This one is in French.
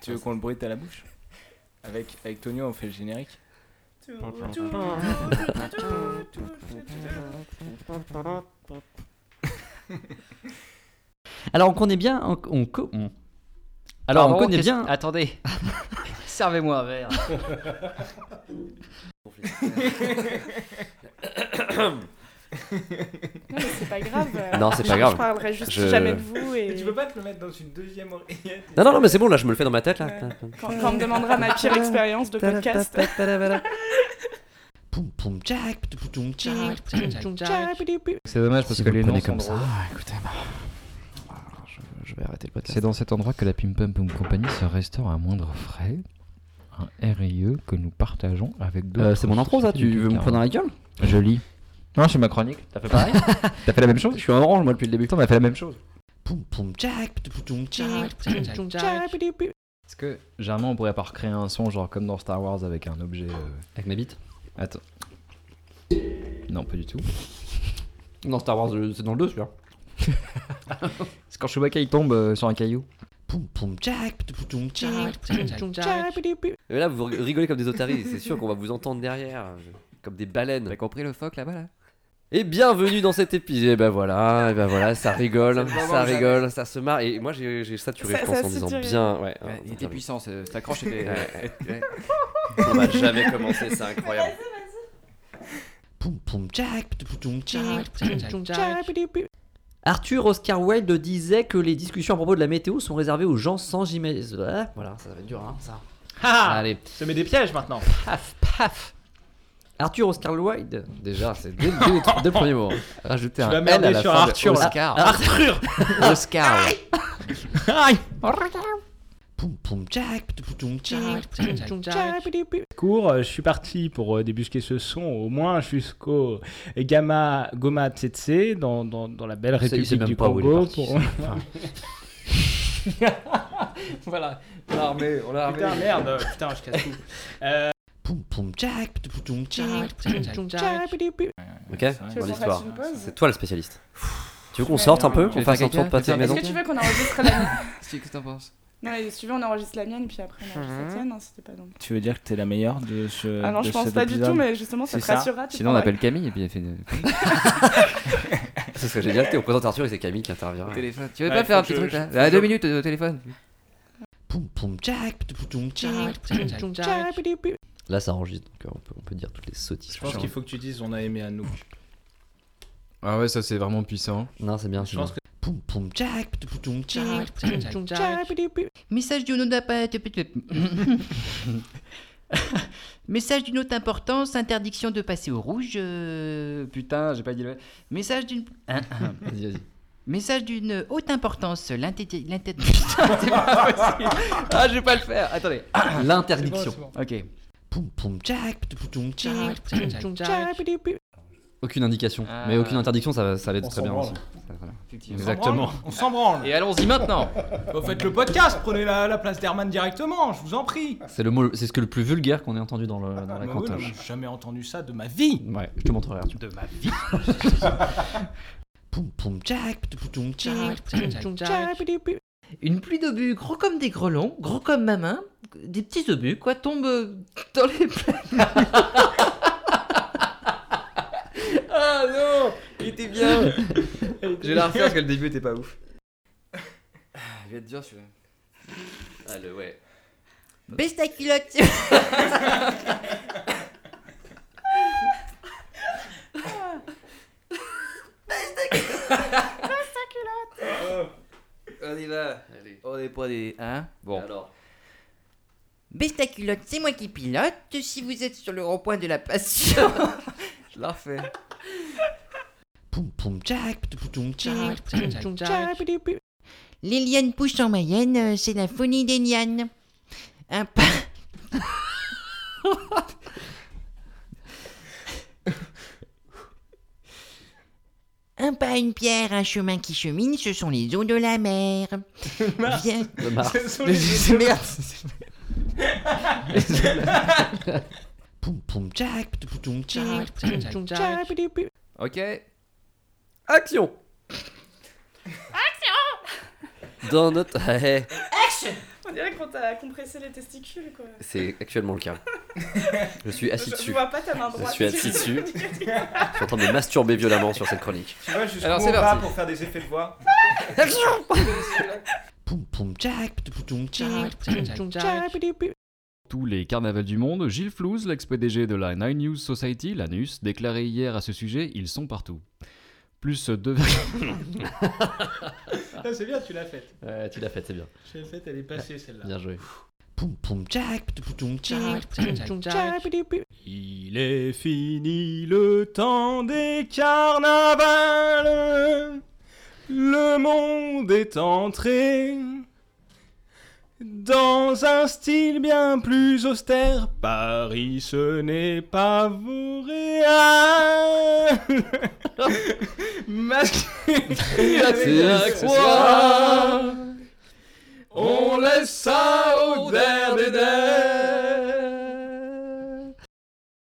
Tu veux qu'on le bruite à la bouche avec, avec Tonio, on fait le générique. Alors on connaît bien, on, on co- on- Alors on Pardon, connaît qu'est-ce- bien. Attendez, servez-moi un verre. Non, mais c'est pas grave. euh, Non, c'est pas je- grave. Je parlerai juste Je- jamais de vous et Et tu peux pas te le mettre dans une deuxième oreillette Non, non, non, mais c'est bon, là, je me le fais dans ma tête, là. quand, quand on me demandera ma pire expérience de podcast. Poum, poum, tchac, poum, poum, tchac, poum, poum, tchac. C'est dommage parce Si que vous les le noms prenez sont comme ça, drôles. écoutez, bah, alors, je, je vais arrêter le podcast. C'est dans cet endroit que la Pim Pam Pum Company se restaure à moindre frais. Un RIE que nous partageons avec d'autres. Euh, c'est mon intro ça, tu veux me prendre dans la gueule Je lis. Non, c'est ma chronique. T'as fait pareil T'as fait la même chose Je suis un orange moi depuis le début. Putain, on a fait la même chose. Poum, poum, tchac, poum, poum, tchac, poum, poum, tchac. Est-ce que, généralement, on pourrait pas recréer un son, genre comme dans Star Wars avec un objet. euh, Avec ma bite Attends. Non, pas du tout. Non, Star Wars, euh, c'est dans le 2 celui-là. C'est quand Chewbacca il tombe euh, sur un caillou. Poum, poum, tchac, poum, poum, tchac, poum, poum, tchac. Mais là, vous rigolez comme des otaries, c'est sûr qu'on va vous entendre derrière, comme des baleines. T'as compris le phoque là-bas, là Et bienvenue dans cet épisode. Et ben voilà, et ben voilà, ça rigole, ça rigole, ça se marre. Et moi, j'ai j'ai saturé, Ça- je pense, ça en disant sature. bien. Ouais, hein, Il était saturé. puissant, ce- cette accroche était. Ouais, On va jamais commencer, c'est incroyable. Poum, poum, tchac, poum, poum, tchac, poum, poum, tchac. Arthur Oscar Wilde disait que les discussions à propos de la météo sont réservées aux gens sans gymnase. Voilà, ça va être dur, hein, ça. Allez. Je mets des pièges maintenant. Paf, paf. Arthur Oscar Wilde. Déjà, c'est dès, dès les tr- dès le premier mot. Rajouter un vas L merder à la sur fin de Arthur, là. Oscar. Arthur Oscar. Poum, poum, tchac, poum, poum, tchac, poum, poum, tchac. cours, euh, je suis parti pour euh, débusquer ce son au moins jusqu'au Gamma Goma Tsetse dans, dans, dans la belle Ça, il sait République même du pas où il est Congo. parti, pour- Voilà, on l'a armé, on Ah, l'a Putain, merde, putain, je casse tout. Euh, Poum, poum, tchac, poum, poum, tchac, poum, poum, tchac. Ok, Tu veux dans qu'on l'histoire. fasse une pause C'est toi le spécialiste. Tu veux qu'on sorte un peu, Tu qu'on veux fasse un faire tour de pâté quelqu'un maison Est-ce que tu veux qu'on enregistre la mienne Qu'est-ce que t'en penses Non, mais si tu veux, on enregistre la mienne, puis après on enregistre la tienne. hein, c'était pas donc. Euh, Tu veux dire que t'es la meilleure de ce. Ah non, de je pense cet pas du épisode tout, mais justement, ça C'est te ça. rassurera. tu Sinon, on prendras- appelle Camille et puis elle fait une... Ce serait génial, t'es- on présente Arthur et c'est Camille qui intervient. téléphone. Tu veux Ouais, pas faut faire un que petit je- truc là je- Ah, je- Deux minutes au téléphone. Poum, poum, tchac, poum, poum, tchac, poum, poum, tchac. Là, ça enregistre, donc euh, on peut, on peut dire toutes les sottises. Je pense qu'il faut que tu dises on a aimé Anouk. Ah ouais, ça c'est vraiment puissant. Non, c'est bien. c'est Je pense bien. que Poum, poum, tchac, poum, poum, tchac, poum, poum, tchac. Message d'une note Message d'une haute importance, interdiction de passer au rouge. euh, Putain, j'ai pas dit le. Message d'une. Hein, hein. Vas-y, vas-y. Message d'une haute importance, l'intédi- l'inté- Putain, c'est pas possible. Ah, je vais pas le faire. Attendez. L'interdiction. Ok. Poum, poum, tchac, poum, poum, tchac, poum, poum, tchac. Aucune indication, Ah. mais aucune interdiction, ça, ça allait très bien aussi. Exactement. On s'en branle. Et allons-y maintenant Vous faites le podcast, prenez la, la place d'Herman directement, je vous en prie. C'est le mot, c'est ce que le plus vulgaire qu'on ait entendu dans, le, dans Ah bah oui, la non, cantage. J'ai jamais entendu ça de ma vie. Ouais, je te montrerai Arthur. Poum, poum, tchac, poum, poum, tchac, poum, poum, tchac. Une pluie d'obus, gros comme des grelons, gros comme ma main, des petits obus, quoi, tombe euh, dans les. Ah non Il était bien Je vais la refaire parce que le début était pas ouf. Il va être dur celui-là. Ah, le ouais. Baisse ta culotte On y va On est pas des. Hein Bon. Baisse ta culotte, c'est moi qui pilote. Si vous êtes sur le rond-point de la passion. Je la refais. Poum, poum, tchac, poum, poum, tchac, poum, poum, tchac. Les lianes poussent en Mayenne, euh, c'est la folie des lianes. Un pas. Un pas, une pierre, un chemin qui chemine, ce sont les eaux de la mer. Viens. Bah. Merde Poum, poum, tchac, poum, poum, tchac, poum, poum, tchac. Ok. Action Action Dans notre. Action dirait qu'on t'a compressé les testicules, quoi. C'est actuellement le cas. Je suis assis je, je dessus. vois pas ta main Je droite. suis assis dessus. Je suis en train de me masturber violemment sur cette chronique. Tu vois, jusqu'où Alors, on c'est va parti. Ah, pour faire des effets de voix Poum poum jack, poum jack, poum jack. Tous les carnavals du monde, Gilles Flouze, l'ex-PDG de la Nine News Society, l'ANUS, déclarait hier à ce sujet Ils sont partout. Plus de. Ah, c'est bien, tu l'as faite. Ouais, tu l'as faite, c'est bien. Je l'ai faite, elle est passée celle-là. Bien joué. Poum poum jack, poum jack, poum jack. Il est fini le temps des carnavals. Le monde est entré dans un style bien plus austère. Paris, ce n'est pas vos réals. Masqué avec quoi On laisse ça au dernier